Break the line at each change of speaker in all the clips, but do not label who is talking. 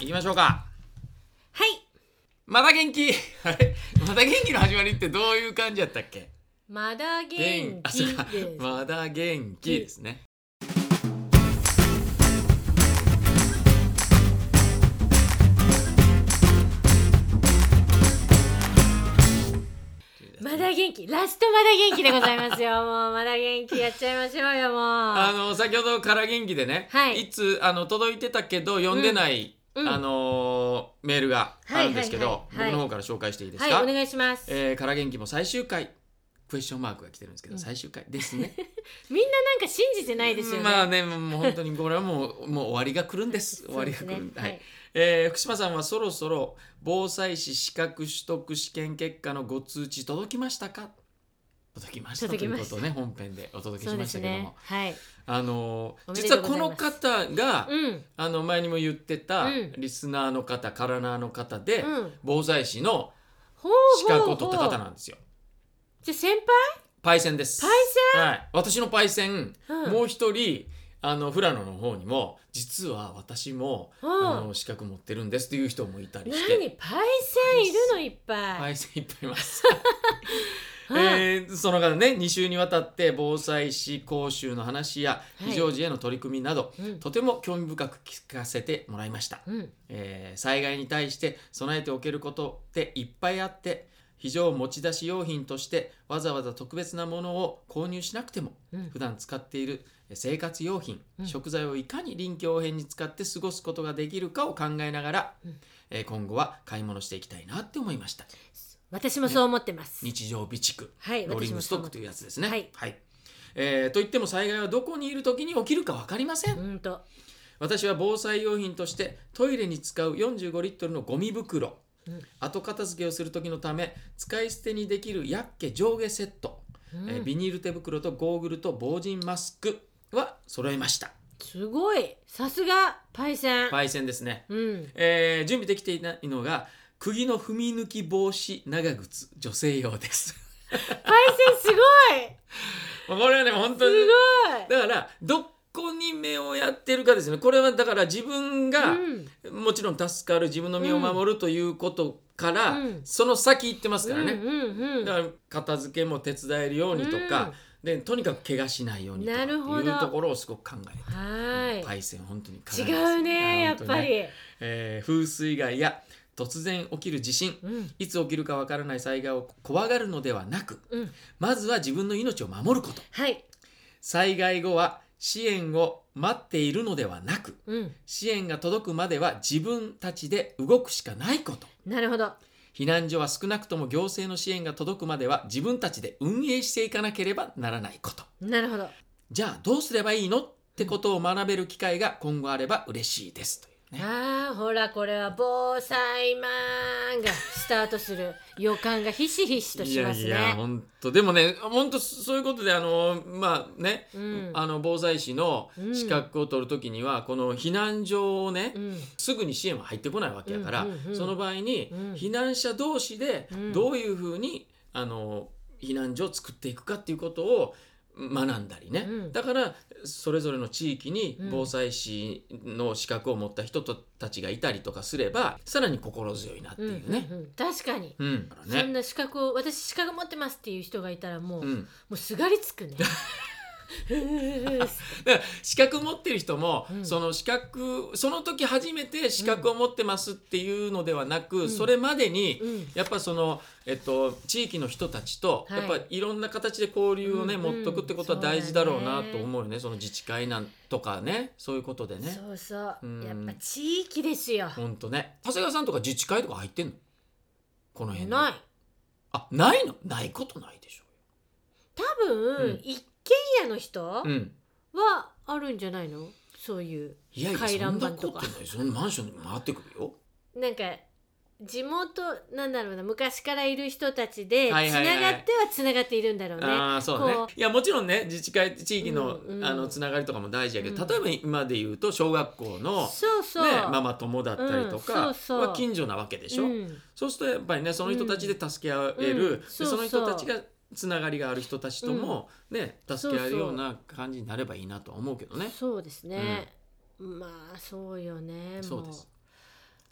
行きましょうか
はい
まだ元気 あれまだ元気の始まりってどういう感じやったっけ
まだ元
あ
気
そう
です
か、まだ元気ですね
まだ元気ラストまだ元気でございま すよもうまだ元気やっちゃいましょうよもう
あの先ほどから元気でね、
はい
つあの届いてたけど読んでない、
うんうん
あのーメールがあるんですけど、
はいはいはいはい
僕の方から紹介していいです
はい
か、
お願いします、
えー、から元気も最終回クエスチョンマークが来てるんですけど、
うん
最終回ですね
みんななんか信じて ないですよね、
まあねもうもう本当にこれはもうもう終わりが来るんです終
そ
わ
う
りが
です
来
ね
るんではいえー福島さんはそろそろ防災士資格取得試験結果のご通知届きましたか届きましたと
届
い
き
う
ま
こ
し
と
た
をね本編でお届け
そ
し
う
ま
で
し
す
たけども、
ねはい
あの
おめで
実
と
は
うご
こ
ざい
の
ます
方が、
うん
あの前にも言ってた
うん
リスナーの方、カラナーの方で、
うん
防災士の
ほうほ
資格
う
を取った
ほう
方なんですよ。
じゃあ先輩
パイセンです。
パイ
はい、私のパイセン、
うん
もう一人あの富良野の方にも実は私も、
うん
あの資格持ってるんですっていう人もいたりして。
何パイセンいるのいっぱ
パ
い、
イセンいっぱいいます。
はい
えーその方ね2週にわたって防災士講習の話や
はい
非常時への取り組みなど、
うん
とても興味深く聞かせてもらいました、
うん
えー災害に対して備えておけることっていっぱいあって非常持ち出し用品としてわざわざ特別なものを購入しなくても
うん
普段使っている生活用品、
うん
食材をいかに臨機応変に使って過ごすことができるかを考えながら、
うん
えー今後は買い物していきたいなって思いました
私もそう思ってます、
日常備蓄
はい
ローリ
私
ング
も
ス
そう
トック
思っ
と
て
いうやつですね
はい
えーといっても災害はどこにいる時に起きるか分かりません、
うんと
私は防災用品としてトイレに使う45リットルのゴミ袋、
うん
後片付けをする時のため使い捨てにできるヤッケ上下セット、
うん
えービニール手袋とゴーグルと防塵マスクは揃えました
すごいさすがパイセン、
パイセンですね、
うん
えー準備できていないのが釘の踏み抜き防止長靴女性用です
パイセンすごい
もうこれはね本当に
すごい
だからどこに目をやってるかですねこれはだから自分が、
うん
もちろん助かる自分の身を守るということから、
うん
その先行ってますからね、
うんうんうん
だから片付けも手伝えるようにとか、でとにかく怪我しないようにとかって
なるほ
いう
ど
ところをすごく考えて。
は
パ
ー
イセン本当に
い。
輝いてます
違うね、やっ
本当
ぱ
にね
り。
えー風水害や突然起きる地震
うん。
いつ起きるかわからない災害を怖がるのではなく
うん。
まずは自分の命を守ること
はい。
災害後は支援を待っているのではなく
うん。
支援が届くまでは自分たちで動くしかないこと
なるほど。
避難所は少なくとも行政の支援が届くまでは自分たちで運営していかなければならないこと
なるほど。
じゃあどうすればいいのってことを学べる機会が今後あれば嬉しいですというね
ああ、ほら、これは防災マンがスタートする予感がひしひしとしますね。
いやいや本当でもね本当そういうことであのまあね、
うん
あの防災士の
うん
資格を取るときには、この避難所をね、
うん。
すぐに支援は入ってこないわけやから、
うんうんうん
その場合に
うん
避難者同士で
うん
どういうふうに、あの避難所を作っていくかっていうことを学んだりね、
うん
だからそれぞれの地域に
うん
防災士の資格を持った人たちがいたりとかすればさらに心強いなって
うん
いうね。
うんうん確かに。
うんだから
そん
ね
な資格を私資格持ってますっていう人がいたらもう、
う
も
ん、
うすがり つくね。うーす
だから資格持ってる人も、
うん
その資格その時初めて資格を持ってますっていうのではなく、
ん
それまでに
うん
やっぱその、えっと、地域の人たちと、
はい
やっぱいろんな形で交流をね、
うんうん
持っとくってことは大事だろうなと思うよねその自治会なんとかねそういうことでね。
そうそう、
うん
やっぱ地域ですよ。
ほんとね長谷川さんとか自治会とか入ってんのこの辺の
ない。
あないのないことないでしょ
多
う
分、
ん
一軒家の人、
う、ん、
はあるんじゃないのそういう
いやいやそ
回覧
んな
板
こと
と
な
か
いそのマンションに回ってくるよ。
なんか地元なんだろうな昔からいる人たちでつな
はいはいはい
がってはつながっているんだろうね。
ああそうね
こ
いやもちろんね自治会地域の,、
うんうん
あのつながりとかも大事やけど、
うん
例えば今で言うと小学校の、
そうそう、
ね、ママ友だったりとか
うんそうそう
は近所なわけでしょ、
うん
そうするとやっぱりねその人たちで助け合える、
うんうん
で
そう
そ
そう
の人たちがつながりがある人たちとも、ね助け合えるような感じになればいいなとは思うけどね。
そうですね、まあそうよねも
そうです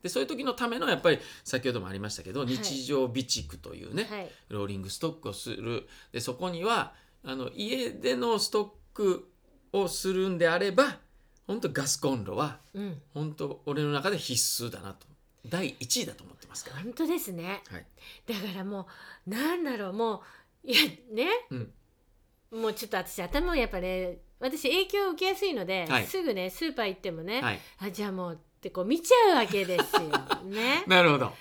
でそういう時のためのやっぱり先ほどもありましたけど
い
日常備蓄というね、
はい
ローリングストックをするでそこにはあの家でのストックをするんであれば本当ガスコンロは
うん
本当俺の中で必須だなと第1位だと思ってますから。
本当ですね
はい、
だからもうなんだろうもういやね、
うん
もうちょっと私頭をやっぱね私影響を受けやすいので、
はい
すぐねスーパー行ってもね、
はい、
あじゃあもうってこう見ちゃうわけですよ ね。
なるほど、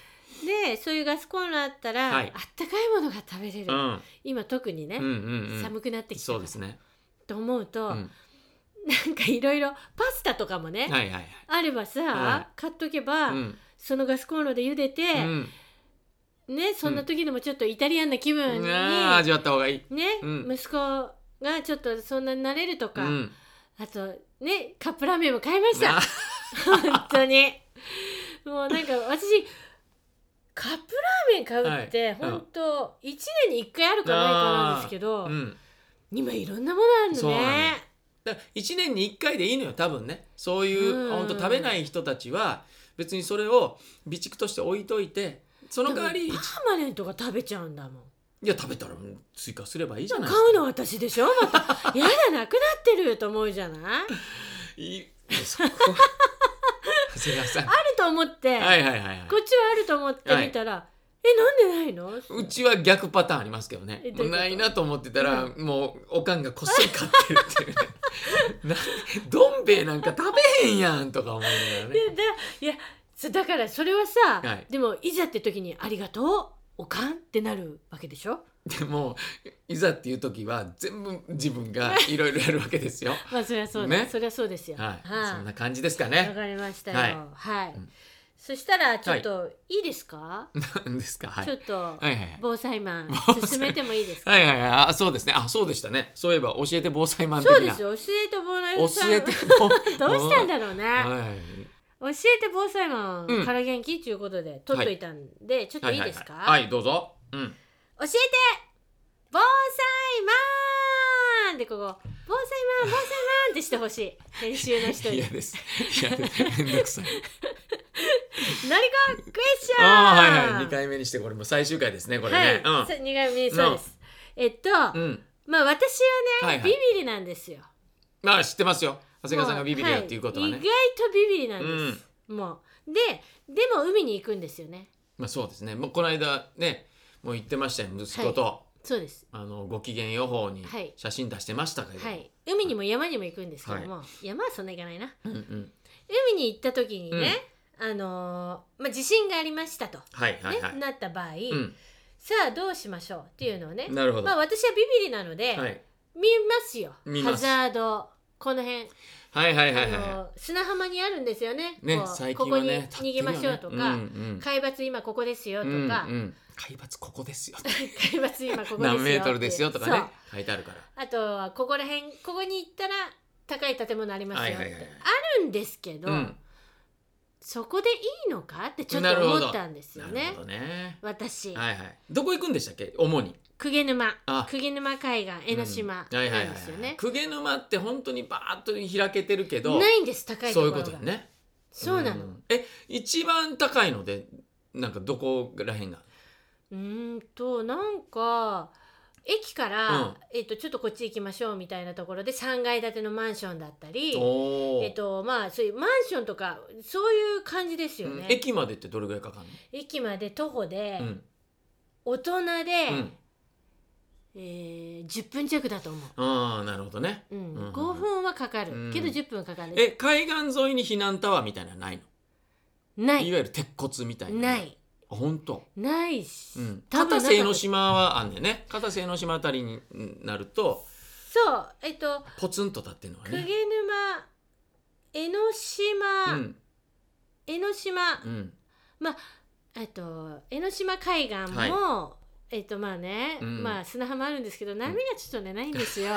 でそういうガスコンロあったら、
はい
あったかいものが食べれ
う
る、
ん
今特にね、
うんうんうん、
寒くなってきた
そ
か
う
ら
ですね、
と思うと、
うん、
なんかいろいろパスタとかもね、
はいはい
あればさ、
は
買っとけば、
はい、うん
そのガスコンロで茹でて、
うん
ねそんな時でもちょっとイタリアンな気分に、
ね味わった方がいい。
ね、
うん
息子がちょっとそんなになれると
う
か、
ん、
あとねカップラーメンも買いました
あ
本当にもうなんか私カップラーメン買うって
はいうん
本当1年に1回あるかないかなんですけど、
うん、
今いろんなものある
そうなのよ
ね
だから1年に1回でいいのよ多分ねそういう、
うん
本当食べない人たちは別にそれを備蓄として置いといてその代わり
でもパーマネントが食べちゃうんだもん
いや食べたら追加すればいいじゃない
買
ですか
うの私でしょまたやだなくなってると思うじゃないある
いいそ こは長谷川さん
と思って、
はいはいはいはい
こっちはあると思って見たら、えなんでないの
うちは逆パターンありますけどね
えどういうこと
もうないなと思ってたら、
う
もうおかんがこっそり買ってるっていうね なんどん兵衛なんか食べへんやんとか思いながらね
でだいやそだからそれはさ、
はい
でもいざって時に「ありがとうおかん」ってなるわけでしょ
でもいざっていう時は全部自分がいろいろやるわけですよ。
まあそれはそうだ、
ね
それはそうですよ
はい、
はい
そんな感じですか
わ
ね。
かりましたよ
は
はいい、
うん
そしたらちょっと、い、いですか、
なんですか。はい。
ち
は
ょ
い
っと
はいはい。
防災マン
防災
進めてもいいですか
はいはいはい。あ、そうですね。あ、そうでしたね。そういえば教えて防災マン的な。
そうですよ教えて防災マン
教えて
どうしたんだろう
防
ね
はい。
教えて防災マ
うん
ンから元気ということで取っといたんで、ちょっといいですか、
はいはいはい、はいどうぞ。うん。
教えて防災マンでここ防災マン防災マンってしてほしい編集の人に
嫌です。嫌です。めんどくさい。
何かクエスチョン
あーはいはい。二回目にしてこれもう最終回ですね。これね。
はいそう二回目そうですえっと、
うん。うん。
まあ私は
は
ね、
いはい
ビビリなんですよ
まあ知ってますよ。長谷川さんがビビりだっていうことはね。
も意外とビビリなんです、もうででも海に行くんですよね
まあそうですね。もうこの間ね、もう言ってましたよ息子と。
そうです
あのご機嫌予報に
はい
写真出してましたけど、
はい海にも山にも行くんですけども、山はそんな行かないな
うんうん、
海に行った時にね、あのーまあ地震がありましたと、ね
はいはいはい、
なった場合、
う
さあどうしましょうっていうのをね
ん、なるほど、
まあ私はビビリなので、
はい、
見ますよ
見ます
ハザードこの辺、
はいはいはい
あ
は
の砂浜にあるんですよね
いね
こう
最近はね
ここに逃げましょうと
立って
か、
るよね
海抜今ここですよ
う
と
ん
か、
うんうんうん、海抜ここですよ
海抜今ここですよって
何メートルですよとか
そ
ね
う
書いてあるから
あとはここら辺ここに行ったら高い建物ありますよって、
はいはいはいはい
あるんですけど、
うん
そこでいいのかってちょっ
なる
と
ほど
思ったんですよ
なる
ね
ほどね
私、
はいはいどこ行くんでしたっけ主に
久毛沼
あ
久毛沼海岸江ノ島
うん
な
は
ん
いはい
ですよね
公家沼って本当にバーッと開けてるけど
ないんです高いと
そう
こ
い
ろ
うこと
が
だよね
そうなの、
んえ一番高いのでなんかどこらへんが
うーんとなんか駅から、
うん
えっとちょっとこっち行きましょうみたいなところで3階建てのマンションだったり
おお、
えっとまあそういうマンションとかそういう感じですよ
うん
ね、
駅までってどれぐらいかかる
駅まで徒歩で、
の、うん
大人で、
うん、
えー、10分弱だと思う。
ああなるほどね
うん
うん
5分はかかる、
うん
けど10分はかかる
え海岸沿いに避難タワーみたいなのないの、、
ないい
わゆる鉄骨みたいな
ない
あ本当
ないし、
うん
多分
片
なか
瀬江ノ島はあんねんね片瀬江ノ島あたりになると
そうえっと
ポツンと立ってるのは
鵠沼
ね
江ノ島、
うん
江ノ島、
うん
えっと江ノ島海岸も、
は
えっとまあね、
うん
まあ砂浜あるんですけど波がちょっとねないんで すよ。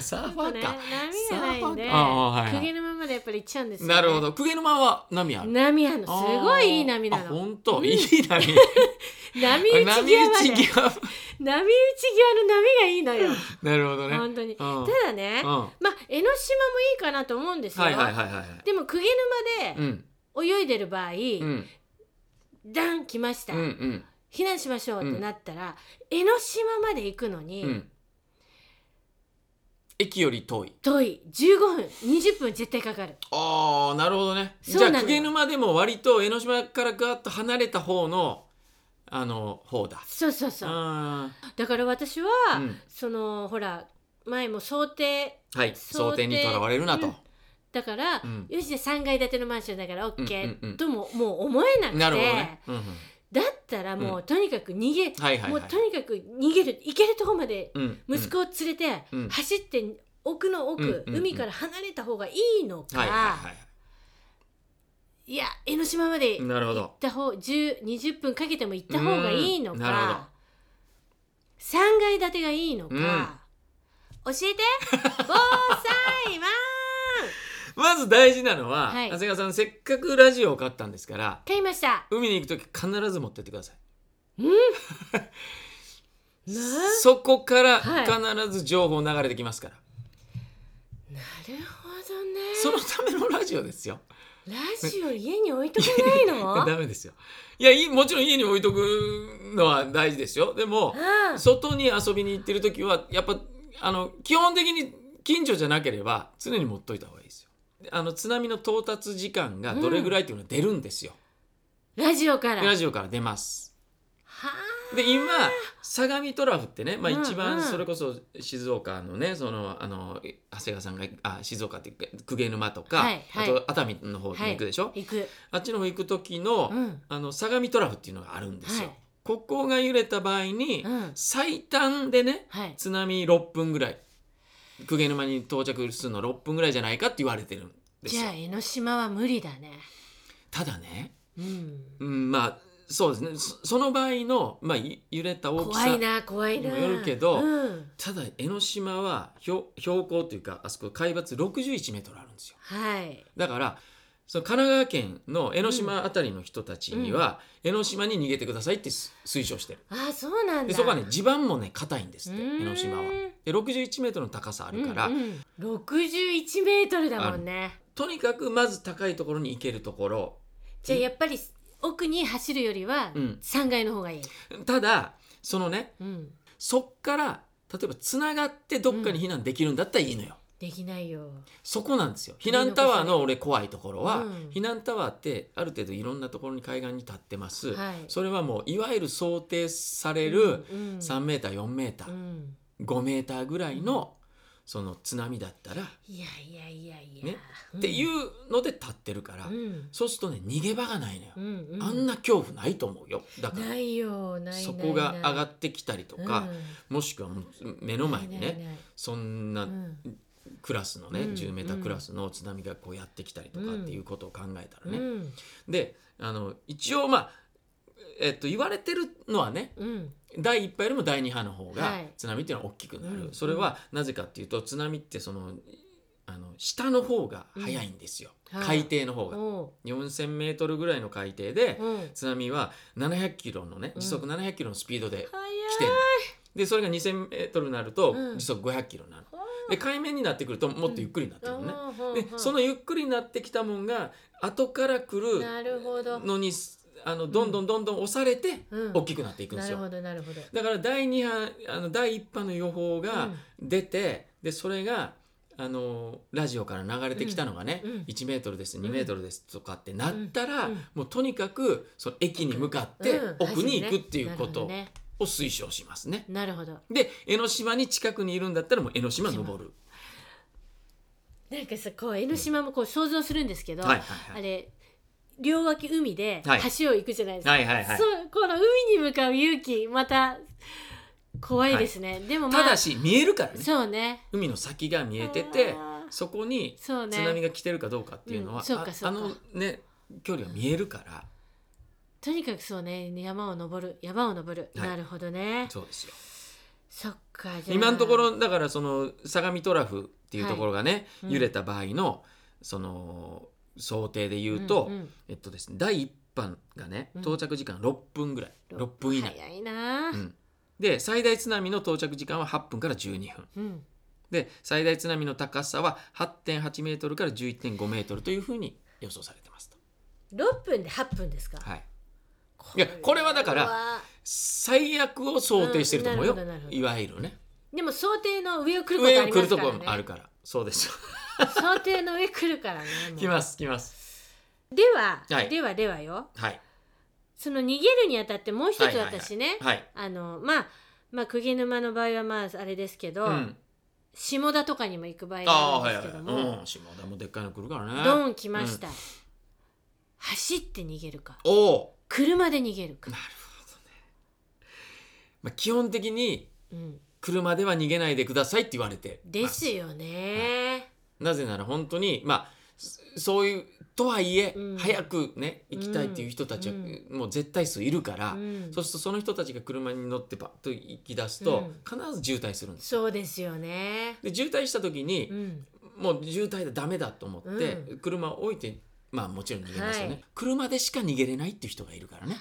サー
ち
フ
ょっと
ァー
ね
か、
波がないんで、
サーファーかああはいはい
くげのままでやっぱり行っちゃうんですよ、ね。
なるほど公家沼は波ある
波あるのす
あー
ごいいい波な
あ
の。
本当、
うん
いい 波
波
あ
打ち
波
際ま
打
で。波
ち
打ち際
際
の波がいいのよ。
なるほ どね
本当に。た
うん
だね、
うん
まあ江ノ島もいいかなと思うんですよ。
はいはいはいはいはい
でもくげ沼で
うん
泳いでる場合、
うん
ダン来ました、
うんうん
避難しましょうってなったら、江ノ島まで行くのに、
うん駅より遠い
遠い15分20分絶対かかる
ああなるほどね
そう
じゃ
な
あ
のよ
鵠沼でも割と江ノ島からガーッと離れた方のあの方だ
そうそうそう
あ
だから私は、
あ、うん、
そのほら前も想定
はい
想
想
定
定にとらわれるなと、
だから、
うん
よしじゃあ3階建てのマンションだから
うん
OK、
うん
とももう思えなくて
なるほどね、うんうん、
だったらもう、
う
とにかく逃げ、
はいはいはい
もうとにかく逃げる行けるとこまで
うんうん
息子を連れて、
うん
走って奥の奥、
うんうんうん
海から離れた方がいいのか、
はい
い
はいはい
や江ノ島まで
なるほ
行
ど
った方10 20分かけても行った方がいいの
うんなるほ
か、三3階建てがいいのか、教え て防災マン
まず大事なのは、
はい
長谷川さんせっかくラジオを買ったんですから
買いました
海に行く時必ず持ってってください
な
そこから
は
必ず情報流れてきますから、
なるほどね
そのためのラジオですよ
ラジオ家に置いとかな いの
ダメですよいやいいもちろん家に置いとくのは大事ですよでも
うん
外に遊びに行ってる時はやっぱあの基本的に近所じゃなければ常に持っといた方がいいですよあの津波の到達時間がどれぐらいっていうのは出るんですよ、
ラジオから
ラジオから出ます
は
で今相模トラフってね、まあ、
うん
一
うん
番それこそ静岡のね、そのあの長谷川さんがあ静岡っていうか鵠沼とか、
はいはい
あと熱海の方に行くでしょ、
あ行く
あっちの方行く時の,、
うん
あの相模トラフっていうのがあるんですよ。
はい
ここが揺れた場合に、
うん
最短でね
はい
津波6分ぐらい鵠沼に到着するの6分ぐらいじゃないかって言われてるんです
じゃ
よ
あ。江ノ島は無理だね
ただね、
うん
うん、まあそうですねそその場合の、まあ、ゆ揺れた大き
怖
さ
いな怖いな
にもよるけど
うん
ただ江ノ島は標標高というかあそこ海抜61メートルあるんですよ
はい
だからその神奈川県の江ノ島あたりの人たちには、江ノ島に逃げてくださいってす推奨してる
あそうなん
で
だ
そこはね地盤もね硬いんですって
うーん
江ノ島はで61メートルの高さあるから、
うんうん61メートルだもんね
とにかくまず高いところに行けるところ
じゃあやっぱり奥に走るよりは
うん
3階の方がいい
ただそのね
うん
そっから例えばつながってどっかに避難できるんだったらいいのよ、
できないよ
そこなんですよ避難タワーの俺怖いところは、
うん
避難タワーってある程度いろんなところに海岸に立ってます、
はい
それはもういわゆる想定され
うん
る
うん
3メーター4メータ
う
ー
ん
5メーターぐらいのその津波だったらっ
いやいやいやいや
ねていううので立ってるから、
ん
そうするとね逃げ場がないのよ、
うんうん
あんな恐怖ないと思うよだから
ないよないないない
そこが上がってきたりとか、もしくはもう目の
うん
前にね
ないないない
そんな
うん
クラスのね、
うん
10メータークラスの津波がこうやってきたりとかっていうことを考えたらね、
うん
であの一応まあえっと言われてるのはね
うん
第1波よりも第2波の方
は
が
い
津波っていうのは大きくなる、
うん
それはなぜかっていうと津波ってそのあの下の方が早いんですよ、
うんはい
海底の方が。
おう
4,000メートルぐらいの海底で
うん
津波は700キロのね時速700キロのスピードで
早い
来てる、でそれが2,000メートルになると
うん
時速500キロになる、
ほ
で海面になってくるともっとゆっくりになってくるのね、
ほうほう
で
ほう
そのゆっくりになってきたもんが後から来る
なるほど
のにあのどんどんどんどん押されて
うん
大きくなっていくんで
な
す
る
よ。
ほどなるほど
だから第二波あの第1波の予報が出て、でそれがあのラジオから流れてきたのがね、
うんうん
1メートルです
ん
2メートルですとかってなったら、
うんうん
もうとにかくその駅に向かって
うん
奥に行くっていうこと
走るね
を推奨しますね。
なるほどね
で江ノ島に近くにいるんだったらもう江ノ島登る。
なんかさこう江ノ島もこう想像するんですけど、
はいはいは
あ
い
れ両脇海で
はい
橋を行くじゃないですか、
はいはいはい
そうこの海に向かう勇気また怖いですね、でもまあ
ただし見えるからね
そうね
海の先が見えてて
あー
そこに
そうね
津波が来てるかどうかっていうのは、
うんそうか
あ
そうか
あのね距離は見えるから、
とにかくそうね山を登る山を登る、
はい
なるほどね
そうですよ
そっかじゃあ
今のところだからその相模トラフっていうところがね、
はいうん
揺れた場合のその想定で言うと、
んん
えっとですね第1波がね
うん
到着時間6分ぐらい、6分以内、
早いな
うんで最大津波の到着時間は8分から12分
うん、
で最大津波の高さは8.8メートルから11.5メートルというふうに予想されてますと
六分で八分ですか。
はい、いやこれはだから
これは
最悪を想定してると思うよ、
うんなるほどなるほど
いわゆるね
でも想定の上を来ることあり
上
ま
を
す
来ると
から
こ
ね。
もあるからそうですよ
想定の上来るからね。もう
来ます来ます
では、
はい
ではではよ。
はい
その逃げるにあたってもう一つ
はいはいはい
私ね、
はい
あのまあまあ釘沼の場合はまああれですけど、
うん
下田とかにも行く場合
ああー
があ
は
る
い
んで
はい
すけ
はい
ども、
うん下田もでっかいの来るからね
ドン来ました、走って逃げるか
おお
車で逃げるか、
まあ、基本的に
うん、
車では逃げないでくださいって言われて
で
ます
すよね、
なぜなら本当にまあそそういうとはいえ、
うん
早くね行きたいっていう人たちは、
うん
もう絶対数いるから、
うん
そうするとその人たちが車に乗ってバッと行き出すと、必ず渋滞するんです。
そうですよね
で渋滞した時に
う、ん
もう渋滞だダメだと思って、
う
車を置いてまあもちろん逃げますよね、
はい
車でしか逃げれないっていう人がいるからね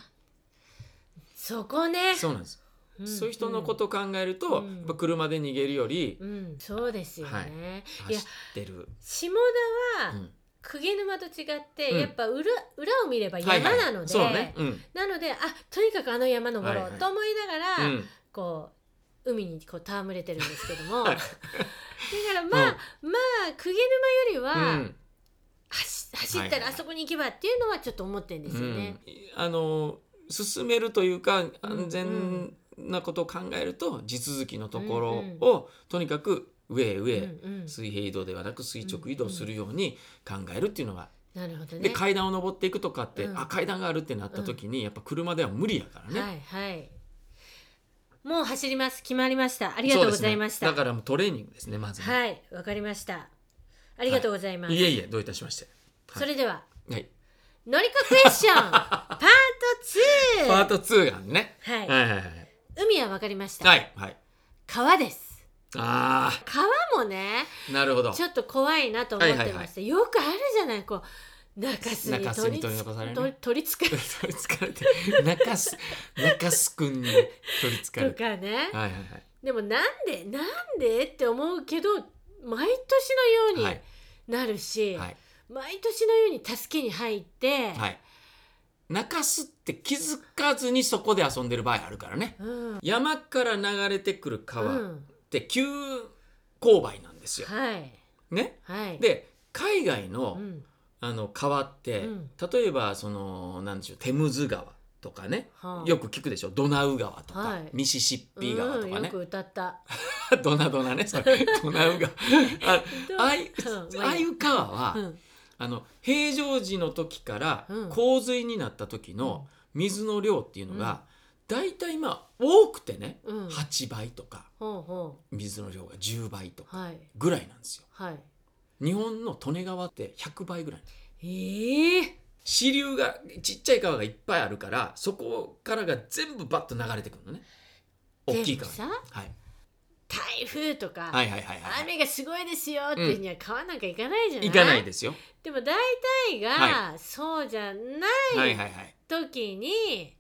そこね
そうなんです、
うん
そういう人のことを考えると、
うん
やっぱ車で逃げるより
うん、うんそうですよね、
はい
い、や
走ってる、
下田
う
は
ん
釘沼と違って、
うん
やっぱ裏裏を見れ
は
ば
い
山
はい
なので、
そうね、うん
なのであとにかくあの山登ろ
はいうはい
と思いながら、
うん
こう海にこう戯れてるんですけど も、
はい
だからまあ、まあ釘沼よりは、
うん
走走っ
は
た
いは
ら
い
あそこに行けばっていうのはちょっと思ってるんですよね。
うん、あの進めるというか安
うん
全なことを考えると地続きのところを、
うん
とにかく上へ上へ、
うんうん
水平移動ではなく垂直移動するように考えるっていうのが、
なるほどね。
で階段を上っていくとかって、
うん
あ階段があるってなった時に、やっぱ車では無理やからね。
はいはい。もう走ります決まりましたありがとうございまし
そ
た。
うですね、だからもうトレーニングですねまずね、
はいわかりましたありがとうございます。
いえいえどういたしましてはい
それでは
はい
のりこクエスチョンパート2
パート2がね、
はい、
はいはいはい
海はわかりました、
はいはい
川です
あ
川もね
ーなるほど
ちょっと怖いなと思ってまし
は
て、
いはいは
よくあるじゃないこう中州に
中州
取
に
り
取り
つ
残されるね
取取りつかれ
取り憑かれて中須中須くんに取り憑かれ
ると
て
かね
はいはい
でもなんでなんでって思うけど毎年の
は
よう
い
になるし、
はい
毎年のように助けに入って、
はい、はい、中須って気づかずにそこで遊んでる場合あるからね
うん
山から流れてくる
う
川っ
ん
て急勾配なんですよ、
はい
ね
はい
で海外の,、
うん
あの川って、
うん
例えばそのなんでしょうテムズ川とかね
はあ
よく聞くでしょドナウ川とか、
はい
ミシシッピ川とか
うん、よ
ね、
く歌った。
ドナドナ ねそれドナウ川あああい
うん
ああいう川は、
うん
あの平常時の時から
うん
洪水になった時の水の量っていうのが、だいたいまあ多くてね、
うん
8倍とか
ほうほ
水の量が10倍と
う
か
はい
ぐらいなんですよ。
はい。
日本の利根川って100倍ぐらい
ええ
支流がちっちゃい川がいっぱいあるからそこからが全部バッと流れてくるのね大きい川に、
でもさ
はい、
台風とか、
はいはいはいはい
雨がすごいですよっていうには川なんか行かないじゃない。
行かないですよ
でも大体が、そうじゃな
はいは
い
いはい
時に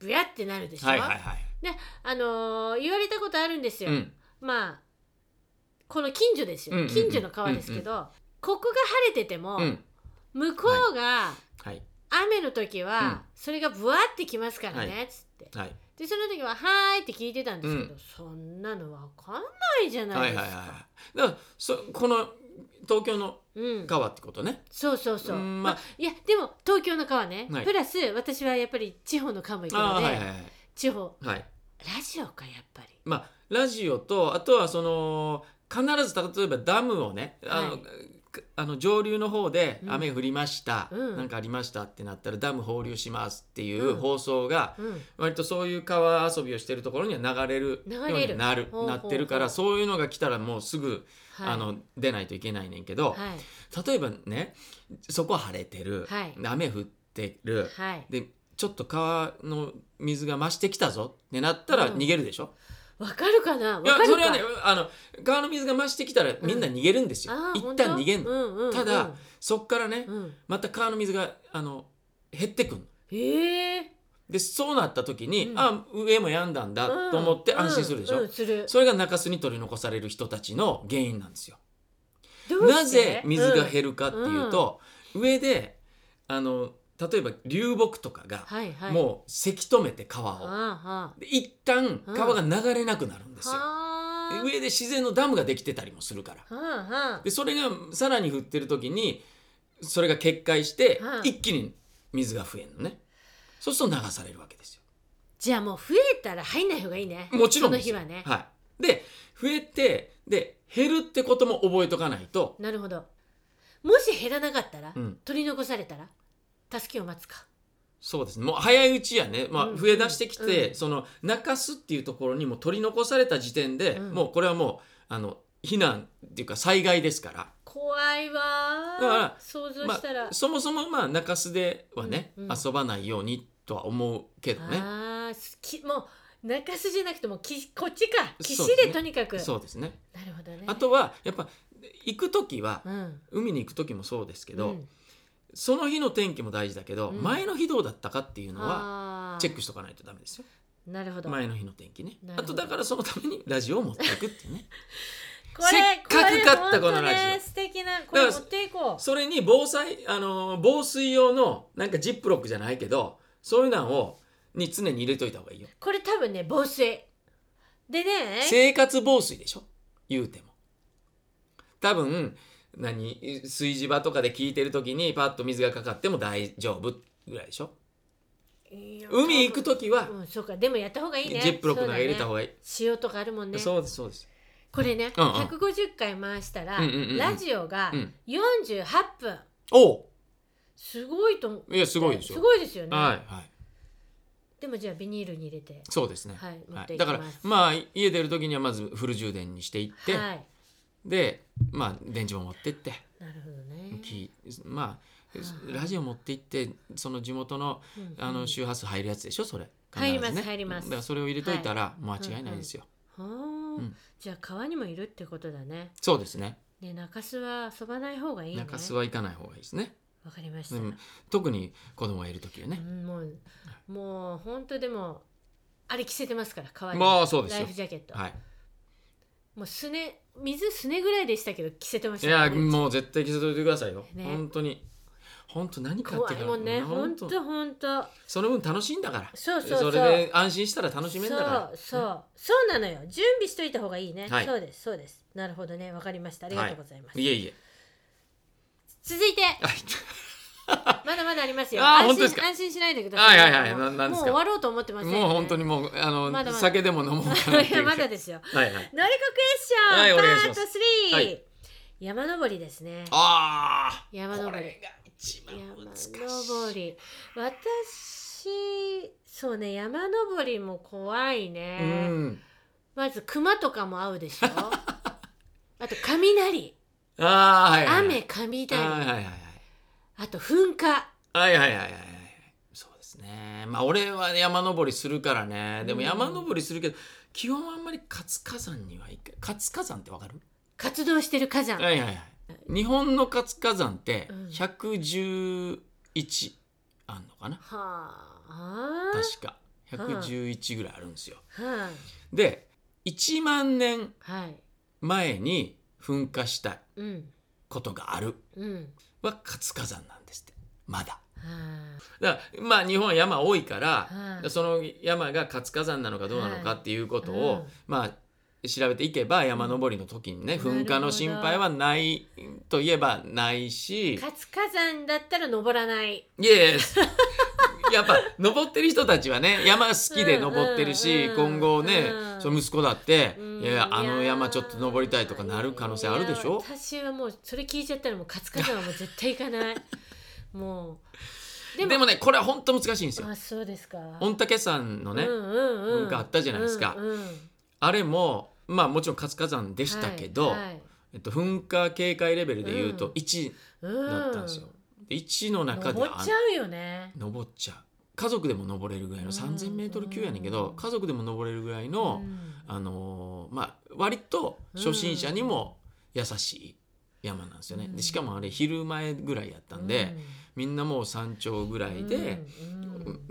ブヤってなるでしょ。
はいはいはい
あのー言われたことあるんですよ。
うん
まあこの近所ですよ。
うんうんうん
近所の川ですけど、ここが晴れてても、
うん
向こうが
はい
雨の時は、
うん
それがブワってきますからね、
は
つって。
はい
でその時は「はーい」って聞いてたんですけど、
う
そんなのわかんないじゃな
はいい
で
は
す
いはい
か。
はいだからそこの東京の
うん、
川ってことね
そうそうそう、
うん
ま
ま
あ、いやでも東京の川ね、
はい
プラス私はやっぱり地方の川も行く
あ
の
あ
で、
はいはいはい
地方
はい
ラジオかやっぱり
まあラジオとあとはその必ず例えばダムをねあの、
はい
かあの上流の方で
うん
雨降りました、
うん
なんかありましたってなったらダム放流しますってい
う
う
ん
放送が、
うん
割とそういう川遊びをしてるところには流れる
流
よ
れ
う
る
になる
ほうほう
なってるからそういうのが来たらもうすぐ、
はい
あの出ないといけないねんけど、
はい
例えばねそこ晴れてる、
はい
雨降ってる、
はい
でちょっと川の水が増してきたぞってなったら
うん
逃げるでしょ、
わかるかなわ
いや
かる
そ
か
れはねあの川の水が増してきたらみんな逃げるんですよ、
あー
一旦逃げんの、
本当うんうんうん
ただそっからね、
うん、
また川の水があの減ってくんの
ええ
でそうなった時に、
うん
あ上も病んだんだと思って安心するでしょ、
うんうんする
それが中州に取り残される人たちの原因なんですよ
どうして
なぜ水が減るかっていうと、上であの例えば流木とかが
はいはい
もうせき止めて川を、
あ
で一旦
うん
川が流れなくなるんです
あ
よ、
はあ
で上で自然のダムができてたりもするから
はあはあ
でそれがさらに降ってる時にそれが決壊して
うん
一気に水が増えるのねそうすると流されるわけですよ
じゃあもう増えたら入んない方がいいね
もちろん
その
です
日
よ
はね、
はい、で増えてで減るってことも覚えとかないと
なるほどもし減らなかったら、
うん
取り残されたら助けを待つか
そうですねもう早いうちやね、ま
うん
あ、増え出してきて、
うん
その泣かすっていうところにも取り残された時点で、
うん
もうこれはもうあの避難っていうか災害ですから
怖いわー
だから
想像したら、
そもそもまあ中洲ではね、
うんうん
遊ばないようにとは思うけどね
あーすきもう中洲じゃなくてもうきこっちか岸
そうです
で
ね
とにかく、
そうですね
なるほどね
あとはやっぱ行く時は
うん
海に行く時もそうですけど、
うん
その日の天気も大事だけど、
うん
前の日どうだったかっていうのは
あー
チェックしとかないとダメですよ
なるほどこれ
前の日の天気ね
なる
あ
ほど
とだからそのためにラジオを持っていくっていうねせっかく
こ
買
れ
った
本当
このラジオ
ね素敵なこれ持っていこう
それに防災あの防水用のなんかジップロックじゃないけどそういうのをに常に入れといた方がいいよ
これ多分ね防水でね
生活防水でしょ言うても多分何炊事場とかで聞いてる時にパッと水がかかっても大丈夫ぐらいでしょ
いや
海行く
多
時は
分うんそうかでもやった方がいい
ジ
ね
ップロックなんか入れた方
がい
がいい
い塩とかあるもんね
そうですそうです
これね
うんうん
150回回したら
うんうんうんうん
ラジオが
うん
48分
おう
すごいと思う
いやすごいですよ
すごいですよね
はいはい
でもじゃあビニールに入れて
そうですね、
はい持
は
ってい
い、
き
だ
ます
からまあ家出る時にはまずフル充電にしていって、
はい
でまあ電池も持ってって、
なるほどね
きまあ
はい
ラジオ持って行ってその地元の
うんうん
あの周波数入るやつでしょそれ
入り
必ず
ます入ります
だからそれを入れといたらもう間違いないですよ、
ほー
うん
じゃあ川にもいるってことだね
そうですね
ね中洲は遊ばない方がいいね
中洲は行かない方がいいですね
わかりました
うん特に子供がいる時はね
う、んもうもう本当でもあれ着せてますから川に
まあそうです
ライ
よ
フジャケット、
はい
もうすね水すねぐらいでしたけど着せてまし
い
たから
や
ね
もう絶対気づいてくださいよ、
ね
本当に本当何かっ
怖
て
いもんね
本
本
当
当本当
その分楽しいんだから
そうそうそう
れで安心したら楽しめんだから
そうそうそうなのよ準備しといた方がいいね、
はい
そうですそうですなるほどねわかりましたありがとうございます、
いえいえ
続いて
はい
まだまだありますよ
あー
安
本当で
心
すか
安心しないでください
はいはいはい
も
な
う
なんです
もう
か
終わろうと思ってません、
もう本当にもうあの
まだまだ
酒でも飲もうかなってい
いや
う
まだですよ
はいはい
のりこクエ
はい
スチョン、
お願いし
パー
ま
ト
す
3、
はい
山登りですね
ああ
山登り
が一
山登り私そうね山登りも怖いね、
うん
まず熊とかも合う でしょあと雷
ああはいはいは
雨
い
雷
はいはい
あと噴火
はいはいはいはいはいそうですねまあ俺は山登りするからねでも
うん
山登りするけど基本あんまり活火山にはいか活火山ってわかる
活動してる火山、
はいはいはい日本の活火山って
うん
111あんのかな
はあ
確か111ぐらいあるんですよ
はい
で1万年
はい
前に噴火した
うん
ことがある
うん
は活火山なんですってまだ
は
だからまあ日本は山多いから、
うん
その山が活火山なのかどうなのかっていうことを、
うん
まあ調べていけば山登りの時にね噴火の心配はないといえばない
あ
し
活火山だったら登らない
イエス やっぱ登ってる人たちはね山好きで登ってるし、
うんうんうん
今後ね、
うん
その息子だって、
うん
いやいやあの山
いやー
ちょっと登りたいとかなる可能性あるでし
いや
ょ
私はもうそれ聞いちゃったらもうカツカツはもう絶対行 かないもう
でもねこれは本当難しいんですよ。
あそうですか
御嶽山のね、
うんうんうん、
文化あったじゃないですか
うんうん
あれもまあもちろん活火山でしたけど、
はいはい
えっと、噴火警戒レベルで言う
う
と
ん
1
う
だったんですよ。で1の中で
登っ
あ
ちゃうよね
登っちゃう家族でも登れるぐらいの 3,000m 級やねんけど、
うん
家族でも登れるぐらい
うん
の、あのーまあ割と初心者にも優しい山なんですよね。
うん
でしかもあれ昼前ぐらいやったんで、みんなもう山頂ぐら
うん
いで、
うんう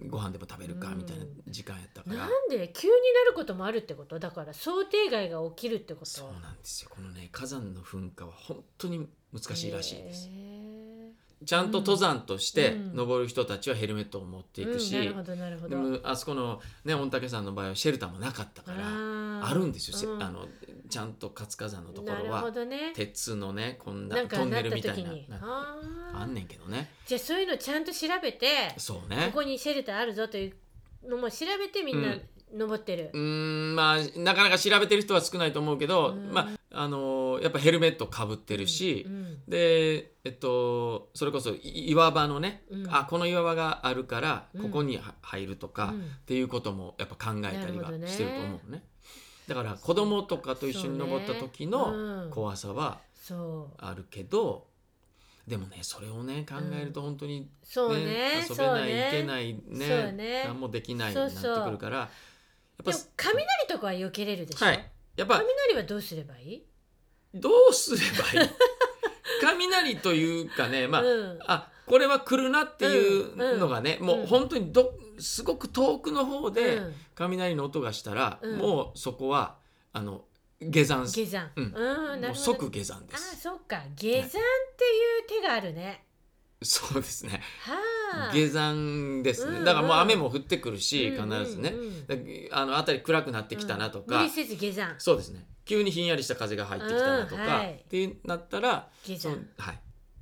ん
ご飯でも食べるかみたいな時間やったから。
なんで急になることもあるってことだから想定外が起きるってこと
そうなんですよこのね火山の噴火は本当に難しいらしいです、
へー
ちゃんと登山として
うん
登る人たちはヘルメットを持っていくし、
うん、なるほどなるほ
で
ど
もあそこの、ね、御嶽山の場合はシェルターもなかったから
あ
あるんですよ、せ
うん
あのちゃんと活火山のとこ
な
ろ
るほ
は
どね
鉄のねこんな
なん
ト
か
ン
な
ネル
った
みた
時
いな
に
な
あー
あんねんけどね
じゃあそういうのちゃんと調べて
そうね
ここにシェルターあるぞというのも調べてみん
う
なん登ってる
う、ーんまあなかなか調べてる人は少ないと思うけど、
うん
まああのーやっぱヘルメットかぶってるし、
うん
でえっとそれこそい岩場のね、
うん
あこの岩場があるから
うん
ここには入るとか、っ
うん
ていうこともやっぱ考えたりは
なるほどね
してると思うねだから子供とかと一緒に登った時
そう
の
ねうん
怖さは
そう
あるけど、でもねそれをね考えると本当に、
そう
ね
ね
遊べ
そう
ない、
ね
いけないね
そうね
何もできないに
そ
な
う
って
そう
くるからやっ
で
ぱ
も雷とかは避けれるでしょ、
はいやっぱ
雷はどうすればいい、
どうすれば いい雷というかねまあ、
うん、
あこれは来るなっていうのがね、
ん
もう本当にどすごく遠くの方で
うん
雷の音がしたら、
うん
もうそこはあの下山す
下山、
うん
うんな
も
る
う
ほ
即
ど
下山で
あ
す
そっか下山っていう手があるね
そうですね
はあ
下山ですね、
うん
だからもう雨も降ってくるし、
うん
必ずね
うんうん、
だあの辺り暗くなってきたなと
うん
か、
無理せず下山
そうですね急にひんやりした風が入ってきたなとか、
うんはい
ってなったら
下
その
山
はい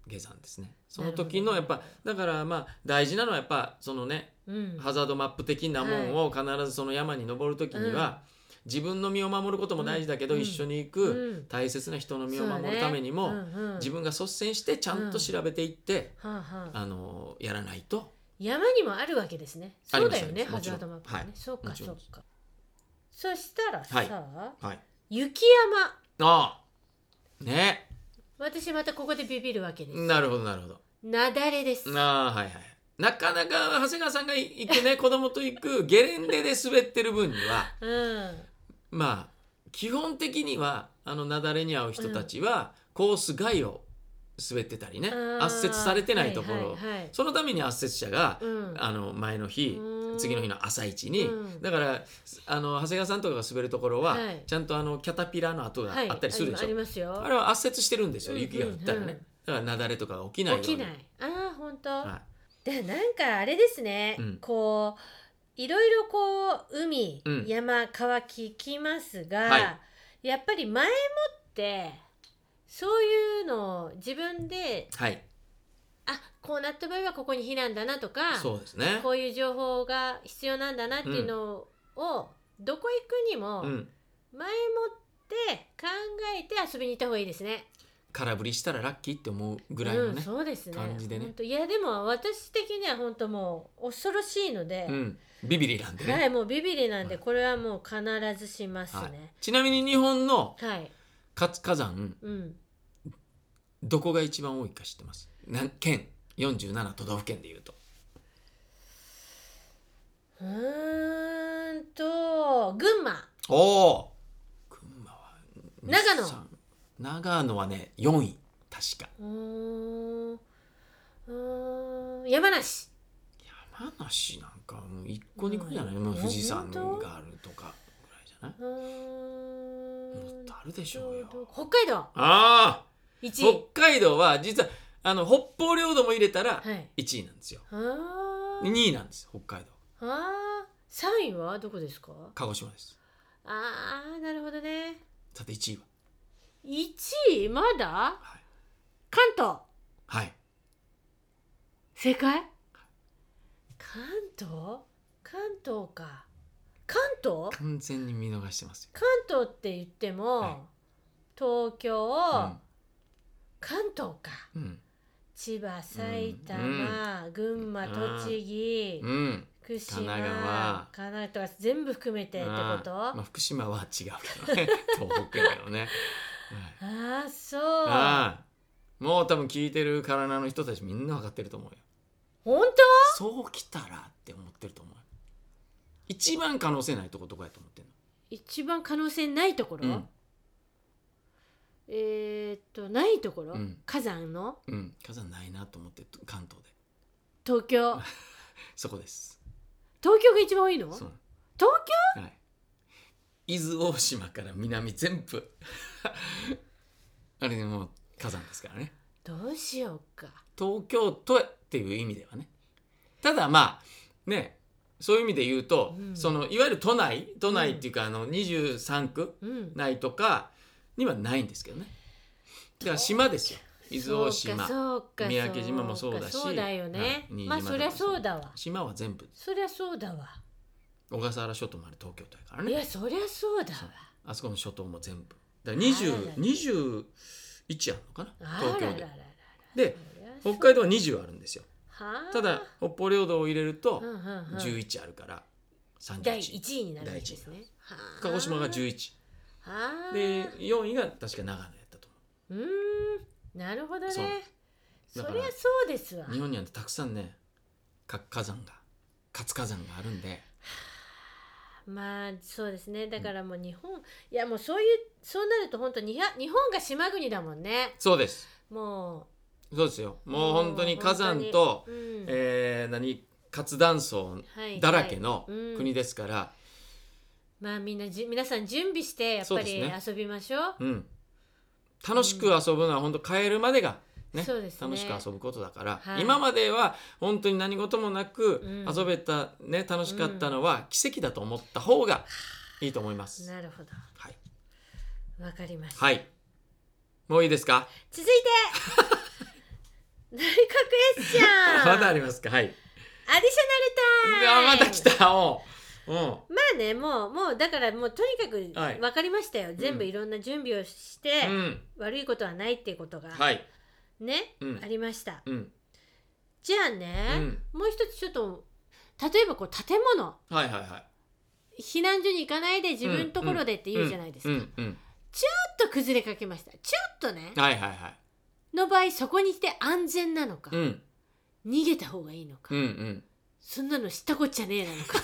下山ですねそ
な
の
るほど
時のやっぱだからまあ大事なのはやっぱそのね
うん
ハザードマップ的なもんを必ずその山に登る時には、自分の身を守ることも大事だけど、
うん
一緒に行
う
く
ん
大切な人の身を守るためにも、
そうねうんうん
自分が率先してちゃんと調べていって、
はあはあ
あのやらないと
山にもあるわけですね
あ
そ
り
う
ます
だよね
ありま
ハ
す
ザードマップね、
もちろんはい
そう
も
か
ち
そ
ろん
う
です
かそしたらさ、
はいはい
雪山
ああね
私またここでビビるわけです
なるほどなるほど
雪崩です
ああはいはいなかなか長谷川さんが行く ね子供と行くゲレンデで滑ってる分には
うん
まあ基本的にはあの雪崩に遭う人たちは、コース外を滑ってたりね圧雪されてないところ、
はいはいはい
そのために圧雪者が、
うん
あの前の日
うん
次の日の朝一に、
うん
だからあの長谷川さんとかが滑るところは、
はい
ちゃんとあのキャタピラの跡が
はい
あったりするでしょ、
ありますよ
あれは圧雪してるんですよ
うん
雪が降ったらね、
うんうん
だから雪崩とかが起きないように
起きないああ本当、
は
でなんかあれですね、
うん
こういろいろこう海、
うん
山川聞きますが、
は
やっぱり前もってそういうのを自分で
い、はい、
あこうなった場合はここに避難だなとか
そうですね
こういう情報が必要なんだなっていうのを、どこ行くにも
う
前も
ん
って考えて遊びに行った方がいいですね。
空振りしたらラッキーって思うぐらいの
うん、
ね、
そうですね
感じでね
ほんといやでも私的には本当もう恐ろしいので、
うん、ビビリなんでね、
はい、もうビビリなんで、
は
これはもう必ずします
はい
ね。
ちなみに日本の
はい、
活火山
うん。
どこが一番多いか知ってますなん県47都道府県でいうと
うーんと、群馬。
おお群馬は
長野
日産長野はね4位確か
うーん。うーん、山梨。
山梨なんかもう1個2個じゃない、もう
え
富士山
本当
があるとかぐらいじゃないう
ーん。
もっとあるでしょうよ
北海道
ああ
一位。
北海道は実はあの北方領土も入れたら
はい。
1位なんですよ、
あー
2位なんです北海道
あー。三位はどこですか。
鹿児島です
ああ、なるほどね。
さて1位は
一位、まだ。
はい、
関東。
はい、
正解関東関東か関東
完全に見逃してますよ
関東って言っても、
はい
東京、
うん
関東か
うん
千葉埼玉、群馬
うん
栃木、
うん
福島
神奈川
神奈川とか全部含めてってこと
あーまあ、福島は違うけ どね東北だよね、はい
ああそう
あーもう多分聞いてる体の人たちみんな分かってると思うよ
本
そうきたらって思ってると思うよ一番可能性ないとことかやと思ってん
当一番可能性ないところ、
の
えーっとないところ、
うん
火山の
うんうん火山ないなと思ってる関東で
東 京
そこです
東京が一番多いの
そう
東
はい伊豆大島から南全 部あれでもう火山ですからね
京どうしようか
東京都へっていう意味ではねただまあねそういう意味で言うと、
うん
そのいわゆる都内都内っていうか、あの23区
うん
内とかにはないんですけどねだから島ですよ伊豆大島
そうか
三宅島もそうだし
そうだよね、
はい
まあ
新島
そりゃそうだわ
島は全部
そりゃそうだわ
小笠原諸島まで東京都やから
い
ね
やそりゃそうだわ
あそこの諸島も全部だから20 21あるのかな
あ
東
ら
京
らら
で
ら
で北海道は20あるんですよ
はあ
ただ北方領土を入れると
うんうんうん
11あるから
第
31
1位になるんですねはあ
鹿児島が11
はあ
で4位が確か長野やったと
うーんなるほどね
そう
そ
だから
りゃそうですわ
思う日本にはたくさんね活火山が活火山があるんで
まあそうですねだからもう日本、いやもうそういうそうなると本当にや日本が島国だもんね
そうです
も
そうですよもう本当に火山
う
と、、
うん
えー何活断層
はい
だらけの
はいうん
国ですから、
まあみんなじ皆さん準備してやっ
そ
ぱり
うです
遊びましょう。
うん、楽しく遊ぶのは本当帰るまでが、ね
そうですね
楽しく遊ぶことだから、
はい
今までは本当に何事もなく
うん
遊べた、ね、楽しかったのは奇跡だと思った方がいいと思います。
なるほど。
はい、
わかりました。
はい、もういいですか
続いて 何かクエスチョン
まだ
ア
あ
ディ
りますかはい。
ショナル
う
タイ
わ
ム
また来たおう、うん
まあねもうもうだからもうとにかく
はい
分かりましたよ、全部いろんな準備をして、
うん、
悪いことはないっていうことが、
はい、
ね、
うん
ありました
うん、
じゃあね、もう一つちょっと例えばこう建物
はいはいはい。
避難所に行かないで自分のところでって言うじゃないですか、
うん
ちょ
うん、
っと崩れかけましたちょっとね
うんはいはいはい。
の場合そこにいて安全なのか、
うん、
逃げた方がいいのか、
うん、うん。
そんなの知ったこっちゃねえなのか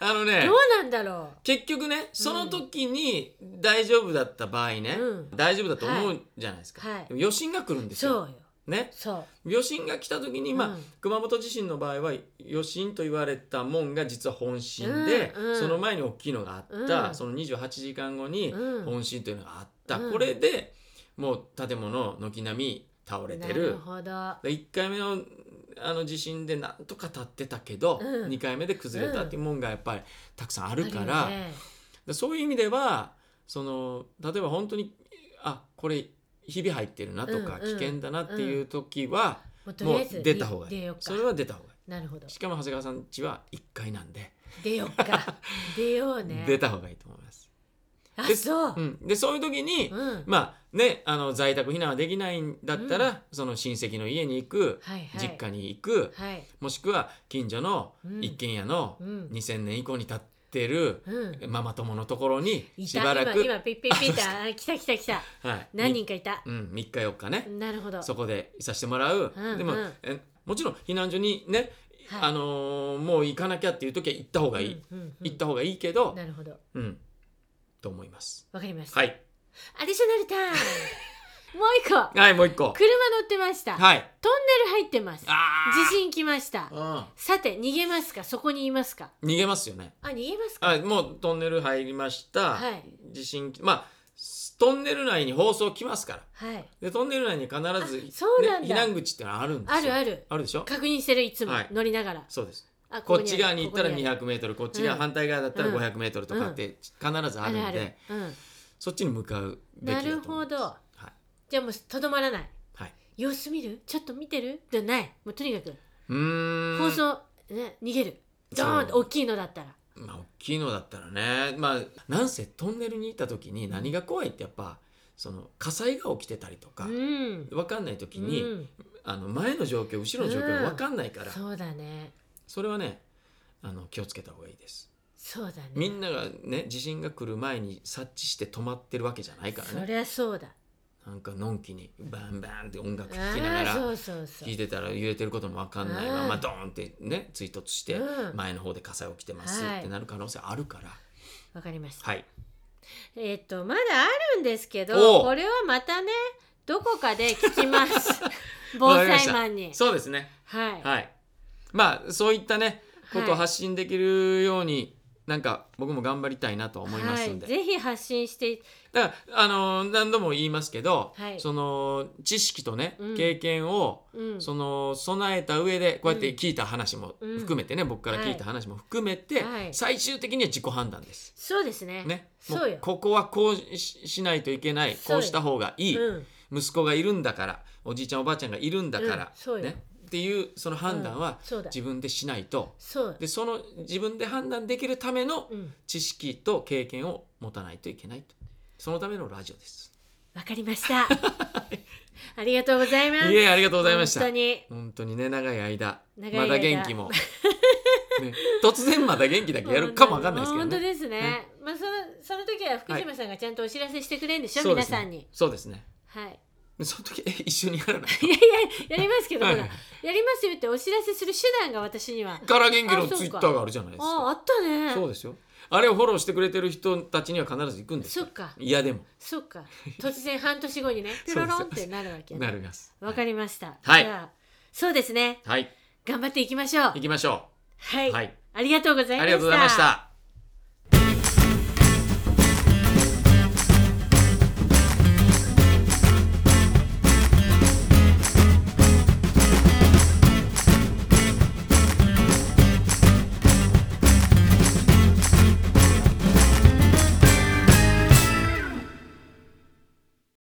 あのね
どう、なんだろ
結局ねその時に大丈夫だった場合ね、
うん
大丈夫だと思うじゃないですか、
はい
でも余震が来るん
う
です
そう
よ、
よ
ね、
そう
余震が来た時に、まあ
うん
熊本地震の場合は余震と言われたもんが実は本震で、
うんうん
その前に大きいのがあった、
うん
その28時間後に
うん
本震というのがあった、
うん
これでもう建物軒並み倒れて
な
る
るほど
で1回目のあの地震でなんとか立ってたけど、
うん
2回目で崩れたっていうもんがやっぱりたくさんあるから。
あよね
でそういう意味ではその例えば本当にあこれひび入ってるなとか、
うんうん
危険だなっていう時は、
もうとり
も
あ
う
えず
出た方がい
出
い
よっか
それは出た方がい
なるほど
いしかも長谷川さん家は1階なんで、
出よ っか出ようね
出た方がいいと思います。
あ
で
そう、
ん、でそういう時に、
うん
まあねあの在宅避難はできないんだったら、その親戚の家に行く、
はいはい
実家に行く、
はい
もしくは近所の
うん
一軒家の
うん
2000年以降に建ってる
うん
ママ友のところに
いた
しばらく、
今今ピッピッピ ッたあ来た来た来た
はい、
何人かいた
うん、3日4日ね、
なるほど
そこでいさせてもらう、
うん
でも
うん
えもちろん避難所にね、
はい
あのーもう行かなきゃっていう時は行った方がいい、
うんうんうん
行った方がいいけど
なるほど
うんと思います
わかりました、
はい
アディショナルタイ ムもう一個
はいもう一個
車乗ってましたトン
はい
ネル入ってます
あー
地震来ましたさて逃げますかそこにいますか
うん逃げますよね
あ逃げますか
あもうトンネル入りました、
はい
地震まあトンネル内に放送来ますから
はい
でトンネル内に必ず、
あそうなんだ
避難口ってのはあるんですよ
あるある
あるでしょ
確認してるいつも、
はい
乗りながら
そうです
あ
こ
こ
っち側に行ったら
ここにある
200m こっち側
うん
反対側だったら
うん
500m とかって必ずあるんで、
あるある、うん、
そっちに向かうべきだと思います
なるほど
はい、
じゃあもうとどまらない
はい、
様子見るちょっと見てるじゃないもうとにかく
うーん
放送、ね、逃げるドーンと
そう
大きいのだったら
まあ大きいのだったらねまあなんせトンネルにいた時に何が怖いってやっぱその火災が起きてたりとか、
うん
分かんない時に、
うん
あの前の状況後ろの状況が分かんないから、
そうだね
それはねあの気をつけた方がいいです
そうだね
みんながね地震が来る前に察知して止まってるわけじゃないからね
そりゃそうだ
なんかのんきにバンバンって音楽
あ
聴きなが
ーそ
ら
うそうそう
聴いてたら揺れてることも分かんない
うん
ままドーンってね追突して
うん
前の方で火災起きてます
はい
ってなる可能性あるから
わかりました、
はい
えっ、とまだあるんですけ
お
ど
う
これはまたねどこかで聞きます 防災マンに
そうですね
はい、
はいまあそういったね
はい
ことを発信できるようになんか僕も頑張りたいなとは思いますんで、
はい、ぜひ発信して
だからあのー何度も言いますけど、
はい
その知識とね、
うん
経験を
うん
その備えた上でこうやって聞いた話も
うん
含めてね、僕から聞いた話も含めて、
はい
最終的には自己判断です。
そうですね
ね、も
そうよ
ここはこうししないといけない
そう
こ
よ
うした方がいい、
うん
息子がいるんだからおじいちゃんおばあちゃんがいるんだから
うん、そうよ
ね、っていうその判断は
うんそうだ
自分でしないと、
そう
でその自分で判断できるための
うん
知識と経験を持たないといけないとそのためのラジオです。
わかり ましたありがとうございます
いえありがとうございました
本当に
本当にね長い間
長い間
まだ元気 も、ね、突然まだ元気だけやるかもわかんないですけど
本当
ね
ですね
ね
まあそのその時は福島さんがちゃんとお知らせしてくれるんでしょ、
そうで
皆
すね
さんに
そうですね
はい
その時え一緒にやらない
いやいややりますけど、
はい
ほらやりますよってお知らせする手段が私には
から元気の
あそうか
ツイッターがあるじゃないです
ああ
か
ったね
そうですよあれをフォローしてくれてる人たちには必ず行くんですよ
そっか
いやでも
そっか突然半年後 にねピロロンってなるわけね
なります
わかりました、
はい
じゃあそうですね
はい
頑張っていきましょう
行きましょ
は
う
い、
はい
ありがとうございました
ありがとうございました